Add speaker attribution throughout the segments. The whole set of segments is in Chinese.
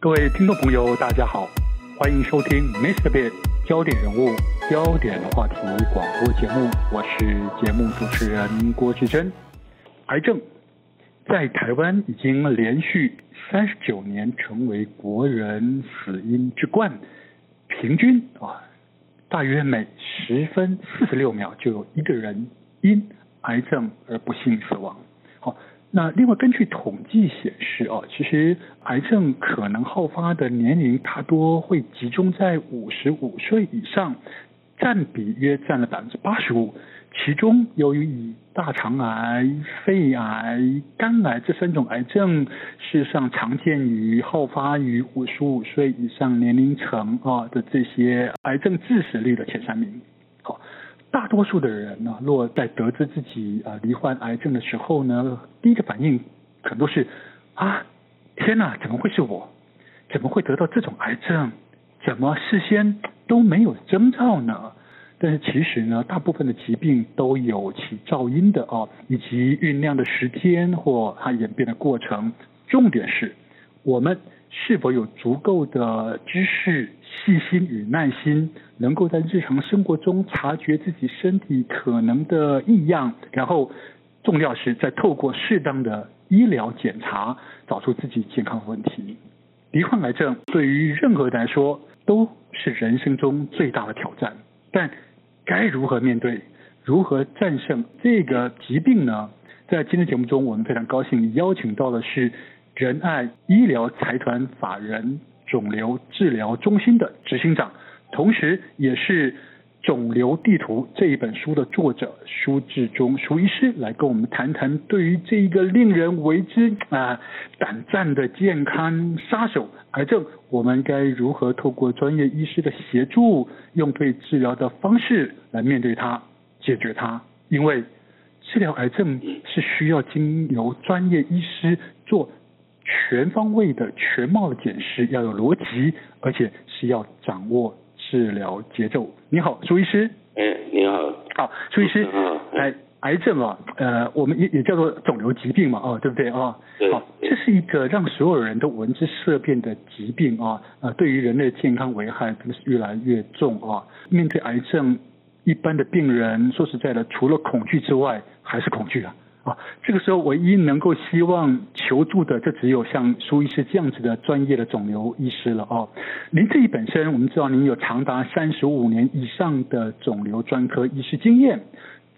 Speaker 1: 各位听众朋友，大家好，欢迎收听 Mr. Big 焦点人物、焦点话题广播节目，我是节目主持人郭志珍。癌症在台湾已经连续三十九年成为国人死因之冠，平均啊，大约每十分四十六秒就有一个人因癌症而不幸死亡。好，那另外根据统计显示哦，其实癌症可能好发的年龄大多会集中在五十五岁以上，占比约占了百分之八十五。其中，由于以大肠癌、肺癌、肝癌这三种癌症，事实上常见于好发于五十五岁以上年龄层啊的这些癌症致死率的前三名。好，大多数的人呢、若在得知自己啊、罹患癌症的时候呢，第一个反应可能都是啊，天哪，怎么会是我？怎么会得到这种癌症？怎么事先都没有征兆呢？但是其实呢，大部分的疾病都有其噪音的哦，以及酝酿的时间或它演变的过程。重点是，我们是否有足够的知识、细心与耐心，能够在日常生活中察觉自己身体可能的异样，然后重要是再透过适当的医疗检查，找出自己健康问题。罹患癌症对于任何人来说都是人生中最大的挑战，但该如何面对，如何战胜这个疾病呢？在今天节目中，我们非常高兴邀请到的是仁爱医疗财团法人肿瘤治疗中心的执行长，同时也是《肿瘤地图》这一本书的作者舒志忠舒医师来跟我们谈谈对于这一个令人为之啊、胆战的健康杀手癌症，我们该如何透过专业医师的协助，用对治疗的方式来面对它、解决它，因为。治疗癌症是需要经由专业医师做全方位的、全貌的检视，要有逻辑，而且是要掌握治疗节奏。你好，苏医师。
Speaker 2: 哎，你好，
Speaker 1: 好，苏医师
Speaker 2: 嗯，
Speaker 1: 哎，癌症啊，呃，我们也也叫做肿瘤疾病嘛，哦，对不对啊？
Speaker 2: 对
Speaker 1: 好，这是一个让所有人都闻之色变的疾病啊，呃，对于人类健康危害真的是越来越重啊。面对癌症，一般的病人说实在的，除了恐惧之外，还是恐惧啊。啊，这个时候唯一能够希望求助的，就只有像苏医师这样子的专业的肿瘤医师了哦。您自己本身，我们知道您有长达三十五年以上的肿瘤专科医师经验，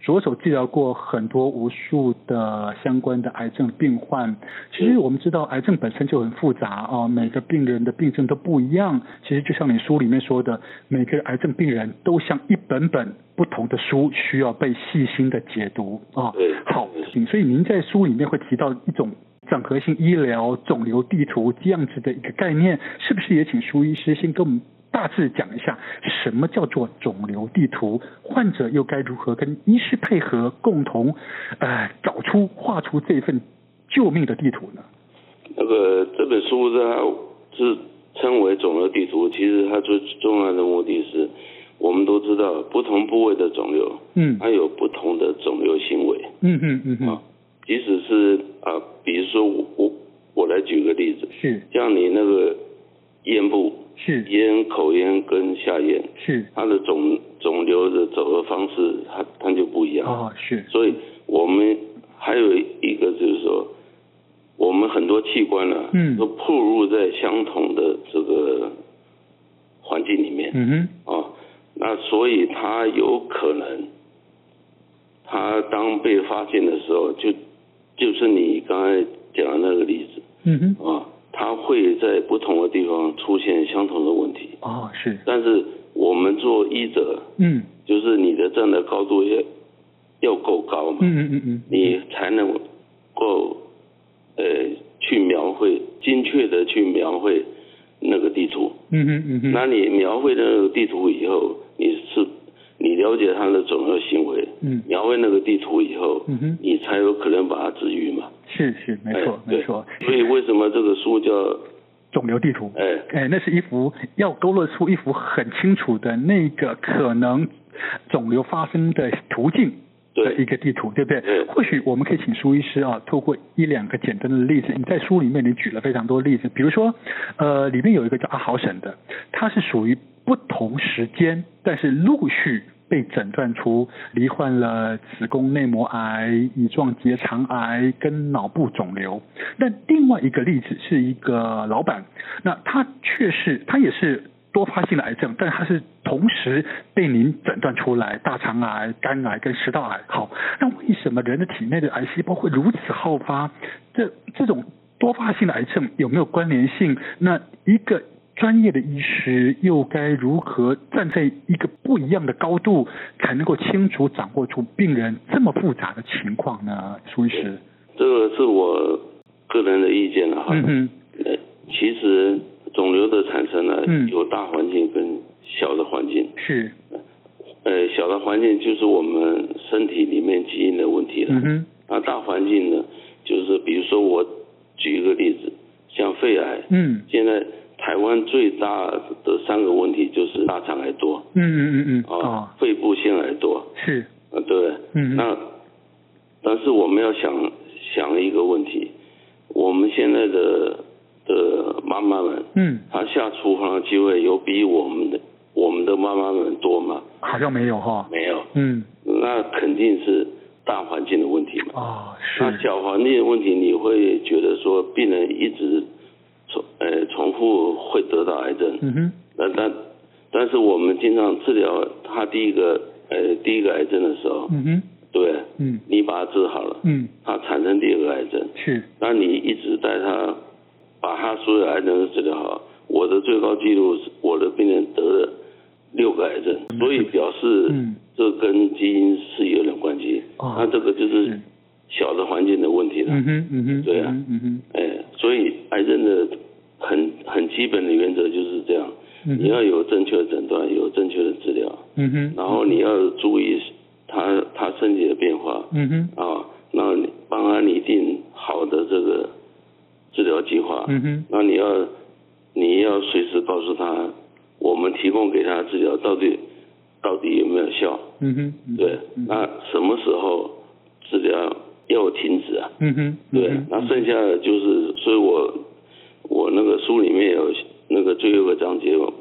Speaker 1: 着手治疗过很多无数的相关的癌症病患。其实我们知道，癌症本身就很复杂哦，每个病人的病症都不一样。其实就像你书里面说的，每个癌症病人都像一本本不同的书，需要被细心的解读啊。哦
Speaker 2: 对
Speaker 1: 好，所以您在书里面会提到一种整合性医疗肿瘤地图这样子的一个概念，是不是也请苏医师先跟我们大致讲一下什么叫做肿瘤地图，患者又该如何跟医师配合，共同呃找出画出这份救命的地图呢？
Speaker 2: 那个这本书它是称为肿瘤地图，其实它最重要的目的是，我们都知道不同部位的肿瘤，
Speaker 1: 嗯
Speaker 2: 它有不同的肿瘤行为。
Speaker 1: 嗯嗯嗯嗯
Speaker 2: 啊，即使是啊、比如说我我我来举个例子，
Speaker 1: 是
Speaker 2: 像你那个咽部、
Speaker 1: 是
Speaker 2: 咽口咽跟下咽，
Speaker 1: 是
Speaker 2: 它的肿肿瘤的走的方式，它它就不一样。
Speaker 1: 哦是
Speaker 2: 所以我们还有一个就是说，我们很多器官呢、
Speaker 1: 嗯
Speaker 2: 都暴露在相同的这个环境里面、
Speaker 1: 嗯哼
Speaker 2: 啊，那所以它有可能，它当被发现的时候，就就是你刚才讲的那个例子
Speaker 1: 嗯哼
Speaker 2: 啊，它会在不同的地方出现相同的问题，
Speaker 1: 哦是
Speaker 2: 但是我们做医者，
Speaker 1: 嗯
Speaker 2: 就是你的站的高度也要够高嘛，
Speaker 1: 嗯嗯嗯嗯
Speaker 2: 你才能够呃去描绘精确的去描绘那个地图。
Speaker 1: 嗯哼嗯哼
Speaker 2: 那你描绘的那个地图以后，你是你了解它的肿瘤行为，
Speaker 1: 嗯
Speaker 2: 描绘那个地图以后，
Speaker 1: 嗯哼
Speaker 2: 你才有可能把它治愈嘛。
Speaker 1: 是是没错
Speaker 2: 哎对
Speaker 1: 没错，
Speaker 2: 所以为什么这个书叫
Speaker 1: 肿瘤地图。
Speaker 2: 哎
Speaker 1: 哎，那是一幅要勾勒出一幅很清楚的那个可能肿瘤发生的途径，的
Speaker 2: 对嗯哎
Speaker 1: 一个地图，对不对？
Speaker 2: 对
Speaker 1: 或许我们可以请苏医师啊，透过一两个简单的例子，你在书里面你举了非常多例子，比如说，呃，里面有一个叫阿豪省的，它是属于不同时间，但是陆续被诊断出罹患了子宫内膜癌、乙状结肠癌跟脑部肿瘤。那另外一个例子是一个老板，那他却是他也是多发性的癌症，但他是同时被您诊断出来大肠癌、肝癌跟食道癌。好，那为什么人的体内的癌细胞会如此好发？这这种多发性的癌症有没有关联性？那一个专业的医师又该如何站在一个不一样的高度，才能够清楚掌握出病人这么复杂的情况呢？苏医师，
Speaker 2: 这个是我个人的意见了哈。
Speaker 1: 嗯哼，
Speaker 2: 呃，其实肿瘤的产生呢，
Speaker 1: 嗯
Speaker 2: 有大环境跟小的环境。
Speaker 1: 是，
Speaker 2: 呃，小的环境就是我们身体里面基因的问题了。
Speaker 1: 嗯哼，
Speaker 2: 那大环境呢，就是比如说我举一个例子，像肺癌，
Speaker 1: 嗯，
Speaker 2: 现在台湾最大的三个问题就是大肠癌多，
Speaker 1: 嗯嗯嗯嗯，
Speaker 2: 啊、
Speaker 1: 哦，
Speaker 2: 肺部腺癌多，
Speaker 1: 是，
Speaker 2: 啊、对不对？
Speaker 1: 嗯
Speaker 2: 那但是我们要想想一个问题，我们现在的的妈妈们，
Speaker 1: 嗯，
Speaker 2: 她下厨房的机会有比我们的我们的妈妈们多吗？
Speaker 1: 好像没有哈、
Speaker 2: 没有，
Speaker 1: 嗯，
Speaker 2: 那肯定是大环境的问题嘛。
Speaker 1: 哦，
Speaker 2: 那
Speaker 1: 是，
Speaker 2: 小环境的问题，你会觉得说病人一直重呃重复会得到癌症，
Speaker 1: 嗯哼，
Speaker 2: 那但但是我们经常治疗他第一个呃第一个癌症的时候，
Speaker 1: 嗯哼，
Speaker 2: 对，
Speaker 1: 嗯
Speaker 2: 你把它治好了，
Speaker 1: 嗯，
Speaker 2: 他产生第二个癌症，
Speaker 1: 是，
Speaker 2: 那你一直带他把他所有癌症都治疗好，我的最高记录是我的病人得了六个癌症，所以表示
Speaker 1: 嗯
Speaker 2: 这跟基因是有点关系，
Speaker 1: 哦
Speaker 2: 那这个就是
Speaker 1: 是
Speaker 2: 小的环境的问题了，
Speaker 1: 嗯哼，嗯哼，
Speaker 2: 对啊
Speaker 1: 嗯哼嗯
Speaker 2: 哎，所以癌症的很很基本的原则就是这样，
Speaker 1: 嗯
Speaker 2: 你要有正确的诊断，有正确的治疗，
Speaker 1: 哼，嗯哼，
Speaker 2: 然后你要注意他他身体的变化
Speaker 1: 嗯哼，
Speaker 2: 啊，那你帮他拟定好的这个治疗计划，
Speaker 1: 嗯哼，
Speaker 2: 那你要你要随时告诉他，我们提供给他的治疗到底到底有没有效？
Speaker 1: 嗯哼，嗯
Speaker 2: 对，那什么时候治疗要停止啊？
Speaker 1: 嗯哼，
Speaker 2: 对
Speaker 1: 嗯，
Speaker 2: 那剩下的就是，所以我我那个书里面有那个最后一个章节，我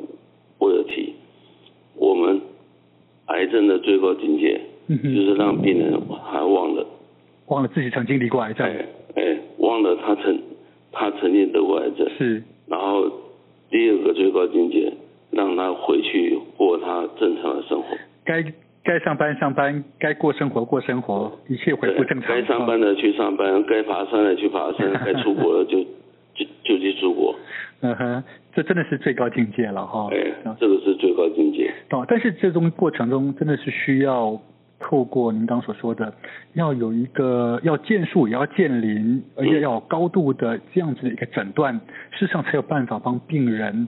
Speaker 2: 我有提，我们癌症的最高境界
Speaker 1: 嗯
Speaker 2: 就
Speaker 1: 哼，
Speaker 2: 是让病人还忘了，
Speaker 1: 忘了自己曾经罹过癌症，
Speaker 2: 哎哎，忘了他曾他曾经得过癌症，
Speaker 1: 是，
Speaker 2: 然后第二个最高境界，让他回去过他正常的生活，
Speaker 1: 该该上班上班，该过生活过生活，一切恢复
Speaker 2: 对
Speaker 1: 正常，嗯
Speaker 2: 该上班的去上班，该爬山的去爬山， 该出国的就就就去出国。
Speaker 1: 嗯哼，这真的是最高境界哦了哈，嗯
Speaker 2: 哎，这个是最高境界。
Speaker 1: 哦，但是这种过程中真的是需要透过您刚所说的，要有一个要见树也要见林，而且要有高度的这样子的一个诊断，事实上才有办法帮病人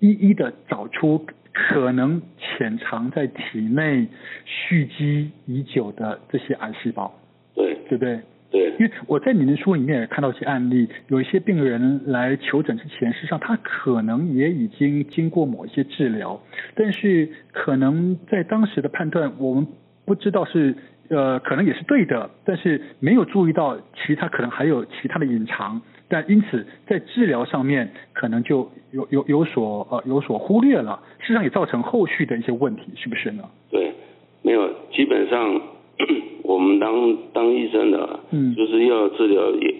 Speaker 1: 一一的找出可能潜藏在体内蓄积已久的这些癌细胞，
Speaker 2: 对
Speaker 1: 对不对？
Speaker 2: 对
Speaker 1: 因为我在你的书里面也看到一些案例，有一些病人来求诊之前，事实上他可能也已经经过某一些治疗，但是可能在当时的判断，我们不知道是呃，可能也是对的，但是没有注意到其他可能还有其他的隐藏，但因此在治疗上面可能就有有有所呃有所忽略了，事实上也造成后续的一些问题，是不是呢？
Speaker 2: 对，没有，基本上 我们当当医生的啊，
Speaker 1: 嗯
Speaker 2: 就是要治疗也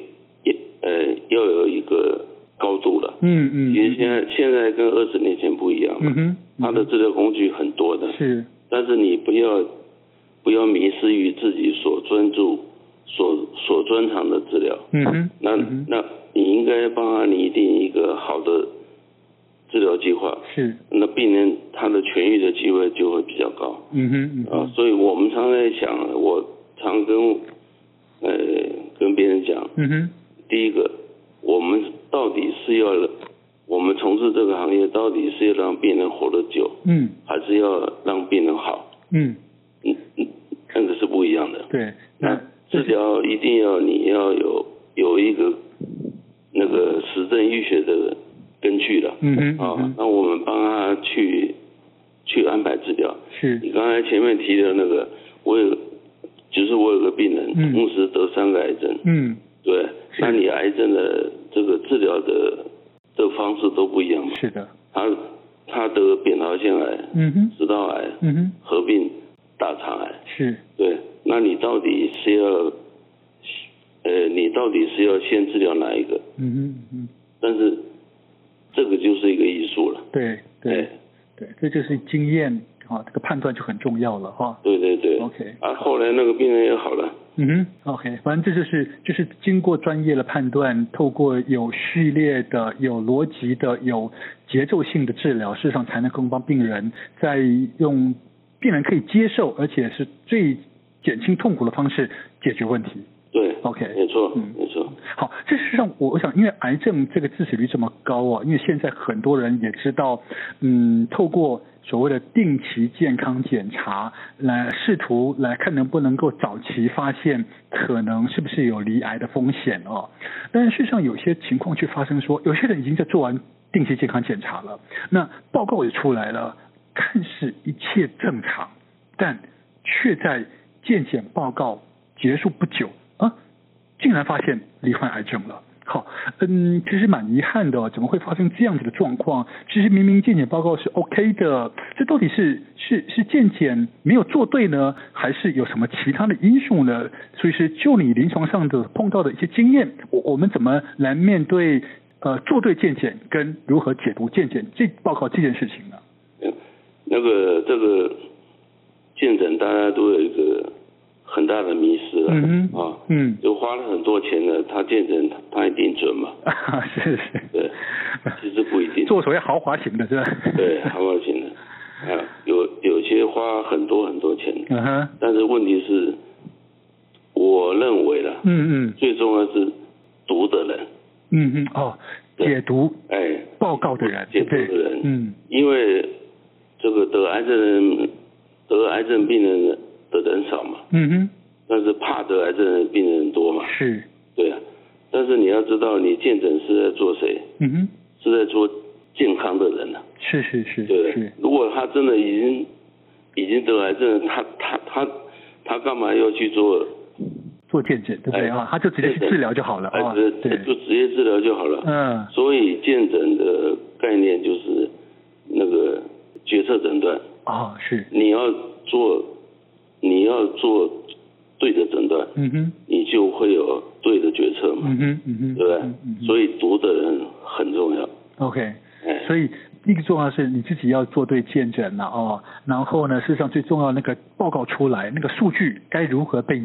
Speaker 2: 也呃要有一个高度了。
Speaker 1: 嗯
Speaker 2: 因为
Speaker 1: 嗯
Speaker 2: 现在现在跟二十年前不一样嘛，
Speaker 1: 嗯哼，
Speaker 2: 它的治疗工具很多的，
Speaker 1: 是
Speaker 2: 但是你不要不要迷失于自己所专注所所专长的治疗。
Speaker 1: 嗯哼，
Speaker 2: 那
Speaker 1: 嗯哼
Speaker 2: 那你应该帮他拟定一个好的治疗计划，
Speaker 1: 是
Speaker 2: 那病人他的痊愈的机会就会比较高
Speaker 1: 嗯哼嗯哼
Speaker 2: 啊。所以我们常在想，我常跟呃跟别人讲，
Speaker 1: 嗯哼，
Speaker 2: 第一个，我们到底是要我们从事这个行业，到底是要让病人活得久，
Speaker 1: 嗯
Speaker 2: 还是要让病人好？
Speaker 1: 嗯，
Speaker 2: 嗯嗯，那个是不一样的。
Speaker 1: 对，那
Speaker 2: 那治疗一定要你要有有一个那个实证医学的根据了。
Speaker 1: 嗯哼嗯
Speaker 2: 啊
Speaker 1: 哼，
Speaker 2: 那我们帮他去去安排治疗。
Speaker 1: 是
Speaker 2: 你刚才前面提的那个，我有就是我有个病人，
Speaker 1: 嗯
Speaker 2: 同时得三个癌症，
Speaker 1: 嗯，
Speaker 2: 对，
Speaker 1: 是
Speaker 2: 那你癌症的这个治疗的的方式都不一样嘛。
Speaker 1: 是的，
Speaker 2: 他他得扁桃腺癌、
Speaker 1: 嗯哼，
Speaker 2: 食道癌
Speaker 1: 嗯哼，
Speaker 2: 合并大肠癌，
Speaker 1: 是，
Speaker 2: 对，那你到底是要，呃，你到底是要先治疗哪一个？
Speaker 1: 嗯哼，嗯，
Speaker 2: 但是这个就是一个艺术了，
Speaker 1: 对
Speaker 2: 哎
Speaker 1: 对对，这就是经验啊，这个判断就很重要了哈。
Speaker 2: 对对对。
Speaker 1: OK
Speaker 2: 啊，后来那个病人也好了，
Speaker 1: 嗯哼，OK，反正这就是就是经过专业的判断，透过有序列的、有逻辑的、有节奏性的治疗，事实上才能够帮病人在用病人可以接受，而且是最减轻痛苦的方式解决问题。
Speaker 2: 对
Speaker 1: OK，
Speaker 2: 没错，
Speaker 1: 嗯
Speaker 2: 没错，
Speaker 1: 好，这事实上我我想，因为癌症这个致死率这么高啊，因为现在很多人也知道，嗯，透过所谓的定期健康检查来试图来看能不能够早期发现可能是不是有罹癌的风险哦。但是事实上有些情况却发生说，有些人已经在做完定期健康检查了，那报告也出来了，看似一切正常，但却在健检报告结束不久啊，竟然发现罹患癌症了。好，嗯，其实蛮遗憾的哦、怎么会发生这样子的状况？其实明明健检报告是 OK 的，这到底是是是健检没有做对呢，还是有什么其他的因素呢？所以是就你临床上的碰到的一些经验，我我们怎么来面对呃做对健检跟如何解读健检这报告这件事情呢？
Speaker 2: 嗯那个这个见诊大家都有一个很大的迷失了，
Speaker 1: 嗯哼
Speaker 2: 啊，
Speaker 1: 嗯
Speaker 2: 就花了很多钱了，他见诊他他一定准嘛，
Speaker 1: 啊，是是，
Speaker 2: 对，其实不一定，
Speaker 1: 嗯做所谓豪华型的是吧？
Speaker 2: 对，还蛮行的，啊，有有些花很多很多钱，
Speaker 1: 嗯哼，
Speaker 2: 但是问题是，我认为啦，
Speaker 1: 嗯嗯
Speaker 2: 最重要是读的人，
Speaker 1: 嗯嗯，哦，
Speaker 2: 对
Speaker 1: 解读
Speaker 2: 哎，
Speaker 1: 报告的人，
Speaker 2: 解
Speaker 1: 对不
Speaker 2: 读
Speaker 1: 对
Speaker 2: 的人，
Speaker 1: 嗯
Speaker 2: 因为这个得癌症人得癌症病人的人少嘛，
Speaker 1: 嗯
Speaker 2: 但是怕得癌症的病人多嘛
Speaker 1: 哼，，是，
Speaker 2: 对啊。但是你要知道，你见诊是在做谁？
Speaker 1: 嗯哼，
Speaker 2: 是在做健康的人啊，
Speaker 1: 是是是
Speaker 2: 对不对
Speaker 1: 是，？
Speaker 2: 如果他真的已经已经得癌症了，他他他他干嘛要去做？
Speaker 1: 做见诊对不对
Speaker 2: 哎
Speaker 1: 啊？他就直接去治疗就好了
Speaker 2: 哎
Speaker 1: 啊，
Speaker 2: 直
Speaker 1: 对，
Speaker 2: 就直接治疗就好了。
Speaker 1: 嗯
Speaker 2: 所以见诊的概念就是那个决策诊断，
Speaker 1: 哦是，
Speaker 2: 你要做你要做对的诊断，
Speaker 1: 嗯哼
Speaker 2: 你就会有对的决策嘛，
Speaker 1: 嗯哼嗯哼，
Speaker 2: 对不对？
Speaker 1: 嗯嗯哼
Speaker 2: 所以读的人很重要，
Speaker 1: OK，
Speaker 2: 哎，
Speaker 1: 所以一个重要的是你自己要做对见诊了哦，然后呢，事实上最重要那个报告出来，那个数据该如何被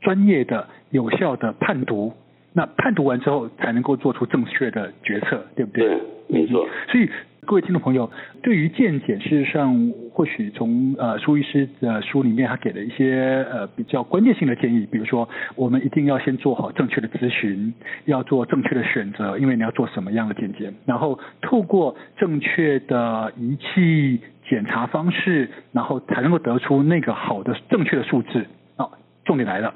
Speaker 1: 专业的、有效的判读，那判读完之后才能够做出正确的决策，对不
Speaker 2: 对，没错，
Speaker 1: 所以各位听众朋友，对于健检，事实上或许从呃苏医师的书里面，他给了一些呃比较关键性的建议，比如说我们一定要先做好正确的咨询，要做正确的选择，因为你要做什么样的健检，然后透过正确的仪器检查方式，然后才能够得出那个好的正确的数字啊、重点来了。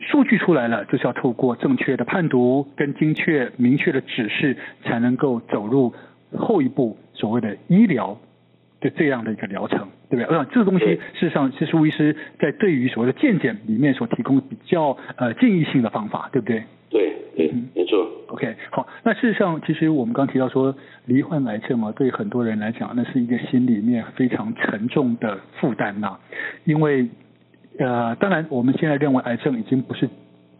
Speaker 1: 数据出来了，就是要透过正确的判读跟精确明确的指示，才能够走入后一步所谓的医疗的这样的一个疗程，对不对？我想这个东西
Speaker 2: 对
Speaker 1: 事实上是苏医师在对于所谓的健检里面所提供比较呃建议性的方法，对不对？
Speaker 2: 对对
Speaker 1: 嗯，
Speaker 2: 没错，
Speaker 1: OK，好，那事实上，其实我们刚提到说，罹患癌症嘛，对很多人来讲，那是一个心里面非常沉重的负担呐、因为，呃，当然我们现在认为癌症已经不是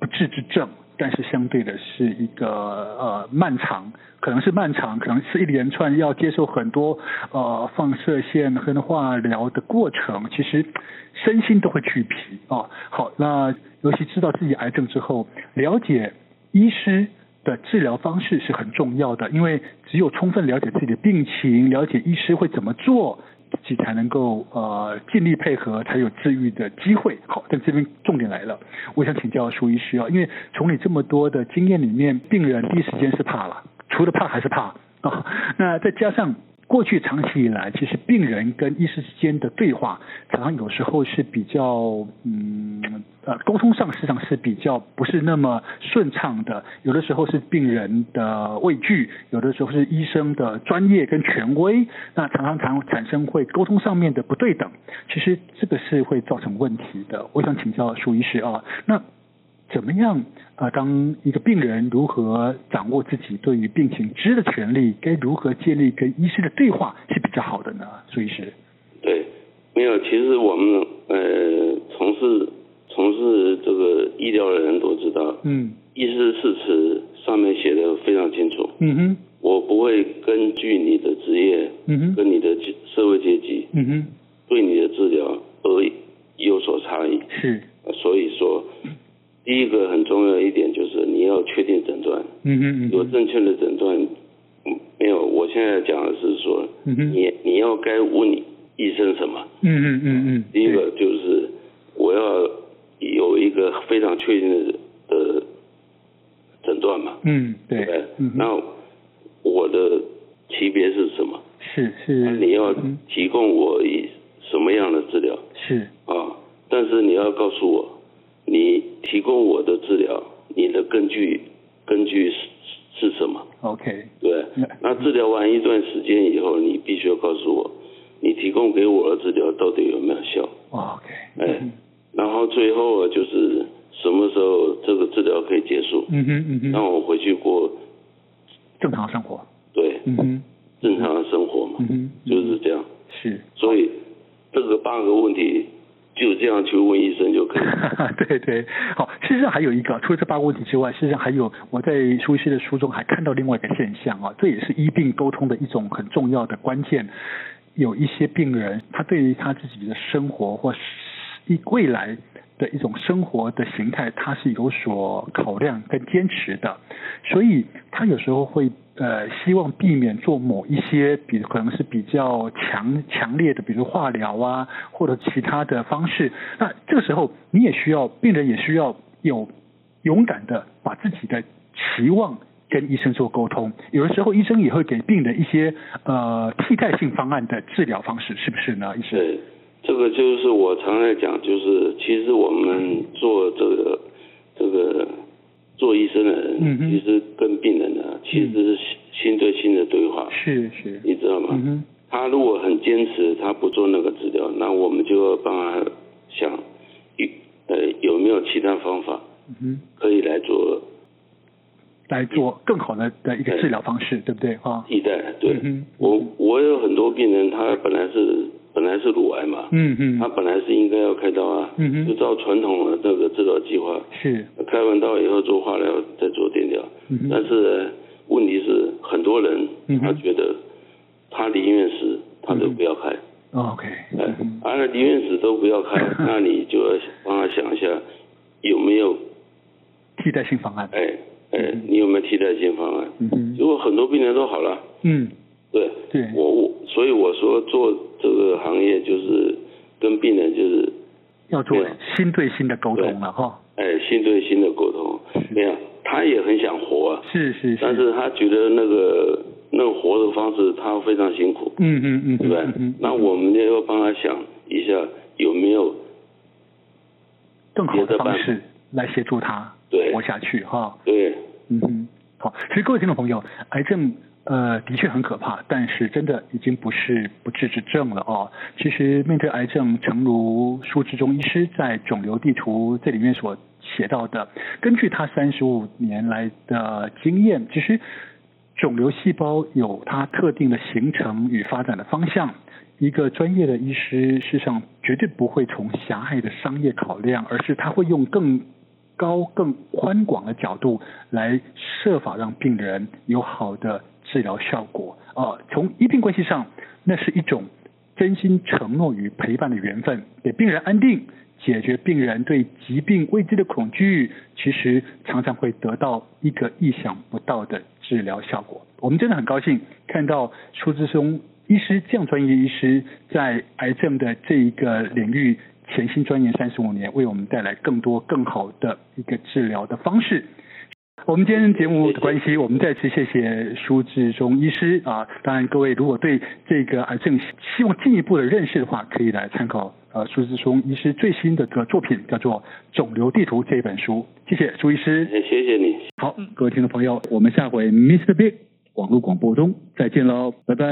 Speaker 1: 不治之症，但是相对的是一个呃漫长，可能是漫长，可能是一连串要接受很多呃放射线跟化疗的过程，其实身心都会俱疲啊、哦好，那尤其知道自己癌症之后，了解医师的治疗方式是很重要的，因为只有充分了解自己的病情，了解医师会怎么做，自己才能够呃尽力配合，才有治愈的机会。好，但这边重点来了，我想请教苏医师啊，因为从你这么多的哦经验里面，病人第一时间是怕了，除了怕还是怕啊、那再加上。过去长期以来，其实病人跟医师之间的对话，常常有时候是比较，嗯，呃，沟通上实际上是比较不是那么顺畅的。有的时候是病人的畏惧，有的时候是医生的专业跟权威，那常常常产生会沟通上面的不对等。其实这个是会造成问题的。我想请教舒医师啊，那。怎么样啊、呃？当一个病人如何掌握自己对于病情知的权利，该如何建立跟医师的对话是比较好的呢？苏医师，
Speaker 2: 对，没有，其实我们呃从事从事这个医疗的人都知道，
Speaker 1: 嗯
Speaker 2: 医师誓词上面写的非常清楚，
Speaker 1: 嗯哼，
Speaker 2: 我不会根据你的职业
Speaker 1: 嗯哼，
Speaker 2: 跟你的阶社会阶级
Speaker 1: 嗯哼，
Speaker 2: 对你的治疗而有所差异，
Speaker 1: 是，
Speaker 2: 所以说。第一个很重要的一点就是你要确定诊断，
Speaker 1: 嗯哼，嗯
Speaker 2: 有
Speaker 1: 哼，
Speaker 2: 正确的诊断，嗯没有。我现在讲的是说，
Speaker 1: 嗯哼，
Speaker 2: 你你要该问医生什么？
Speaker 1: 嗯嗯嗯嗯，
Speaker 2: 第一个就是我要有一个非常确定的的诊断嘛，
Speaker 1: 对，嗯
Speaker 2: 对不对
Speaker 1: 对，嗯哼，
Speaker 2: 那我的级别是什么？啊
Speaker 1: 是是，
Speaker 2: 你要
Speaker 1: 嗯
Speaker 2: 提供我以什么样的治疗
Speaker 1: 是，
Speaker 2: 啊？但是你要告诉我，你提供我的治疗，你的根据根据是是什么？
Speaker 1: OK，
Speaker 2: 对
Speaker 1: 嗯，
Speaker 2: 那治疗完一段时间以后，你必须要告诉我，你提供给我的治疗到底有没有效？
Speaker 1: OK，
Speaker 2: 哎
Speaker 1: 嗯
Speaker 2: 然后最后啊就是什么时候这个治疗可以结束，
Speaker 1: 嗯哼嗯
Speaker 2: 让
Speaker 1: 哼，
Speaker 2: 我回去过
Speaker 1: 正常生活，
Speaker 2: 对
Speaker 1: 嗯哼
Speaker 2: 正常的生活嘛
Speaker 1: 嗯，哼，
Speaker 2: 就是这样。
Speaker 1: 是。
Speaker 2: 所以这个八个问题就这样去问医生就可以了。
Speaker 1: 对对，好，事实上还有一个，除了这八个问题之外，事实上还有我在苏医师的书中还看到另外一个现象啊，这也是医病沟通的一种很重要的关键。有一些病人，他对于他自己的生活或是一未来的一种生活的形态，他是有所考量跟坚持的，所以他有时候会呃希望避免做某一些，比可能是比较强强烈的，比如化疗啊或者其他的方式。那这个时候你也需要病人也需要有勇敢的把自己的期望跟医生做沟通，有的时候医生也会给病人一些呃替代性方案的治疗方式，是不是呢？医生
Speaker 2: 对，这个就是我常在讲，就是其实我们做这个这个做医生的人，
Speaker 1: 嗯哼
Speaker 2: 其实跟病人啊，其实是心心对心的对话，
Speaker 1: 是是，
Speaker 2: 你知道吗？
Speaker 1: 嗯哼，
Speaker 2: 他如果很坚持，他不做那个治疗，那我们就要帮他想，有呃有没有其他方法
Speaker 1: 嗯哼，
Speaker 2: 可以来做
Speaker 1: 来做更好的的一个治疗方式，对不对啊？
Speaker 2: 替代？对，
Speaker 1: 嗯哼
Speaker 2: 我我有很多病人，他本来是本来是乳癌嘛，
Speaker 1: 嗯
Speaker 2: 他
Speaker 1: 嗯，
Speaker 2: 本来是应该要开刀啊，
Speaker 1: 嗯哼
Speaker 2: 就照传统的那个治疗计划，
Speaker 1: 是，
Speaker 2: 开完刀以后做化疗，再做电疗。
Speaker 1: 嗯哼
Speaker 2: 但是呢问题是，很多人
Speaker 1: 嗯
Speaker 2: 他
Speaker 1: 哼
Speaker 2: 觉得他离院死，他都不要开，
Speaker 1: ，OK，
Speaker 2: 哎
Speaker 1: 嗯哼，
Speaker 2: 啊，那离院死都不 要开，那你就要帮他想一下有没有，
Speaker 1: 替代性方案，
Speaker 2: 哎哎
Speaker 1: 嗯，
Speaker 2: 你有没有替代性方案？
Speaker 1: 嗯
Speaker 2: 结
Speaker 1: 哼，
Speaker 2: 果很多病人都好了，
Speaker 1: 嗯，
Speaker 2: 对，
Speaker 1: 对，
Speaker 2: 我我所以我说做这个行业就是跟病人就是
Speaker 1: 要做
Speaker 2: 对
Speaker 1: 心对心的沟通了哈，
Speaker 2: 哎心对心的沟通，没有，他也很想活啊，
Speaker 1: 是是
Speaker 2: 但
Speaker 1: 是，
Speaker 2: 是他觉得那个那个活的方式他非常辛苦，
Speaker 1: 嗯嗯嗯，
Speaker 2: 对不对
Speaker 1: 嗯嗯？
Speaker 2: 那我们也要帮他想一下有没有
Speaker 1: 更好
Speaker 2: 别
Speaker 1: 的
Speaker 2: 的
Speaker 1: 方
Speaker 2: 办法
Speaker 1: 式来协助他
Speaker 2: 对
Speaker 1: 活下去哈。
Speaker 2: 对
Speaker 1: 嗯哼，好，所以各位听众朋友，癌症呃的确很可怕，但是真的已经不是不治之症了哦。其实面对癌症，诚如舒志中医师在《肿瘤地图》这里面所写到的，根据他三十五年来的经验，其实肿瘤细胞有它特定的形成与发展的方向。一个专业的医师，事实上绝对不会从狭隘的商业考量，而是他会用更高、更宽广的角度来设法让病人有好的治疗效果。啊、从医病关系上，那是一种真心承诺与陪伴的缘分，给病人安定，解决病人对疾病未知的恐惧，其实常常会得到一个意想不到的治疗效果。我们真的很高兴看到舒志松医师这样专业的医师在癌症的这一个领域潜心钻研三十五年，为我们带来更多更好的一个治疗的方式。我们今天节目的关系，我们再次谢谢舒志忠医师啊。当然，各位如果对这个癌症希望进一步的认识的话，可以来参考呃舒志忠医师最新的这个作品，叫做《肿瘤地图》这一本书。谢谢舒医师。
Speaker 2: 哎谢谢你。
Speaker 1: 好，各位听众朋友，我们下回 Mr. Big 网络广播中再见喽，拜拜。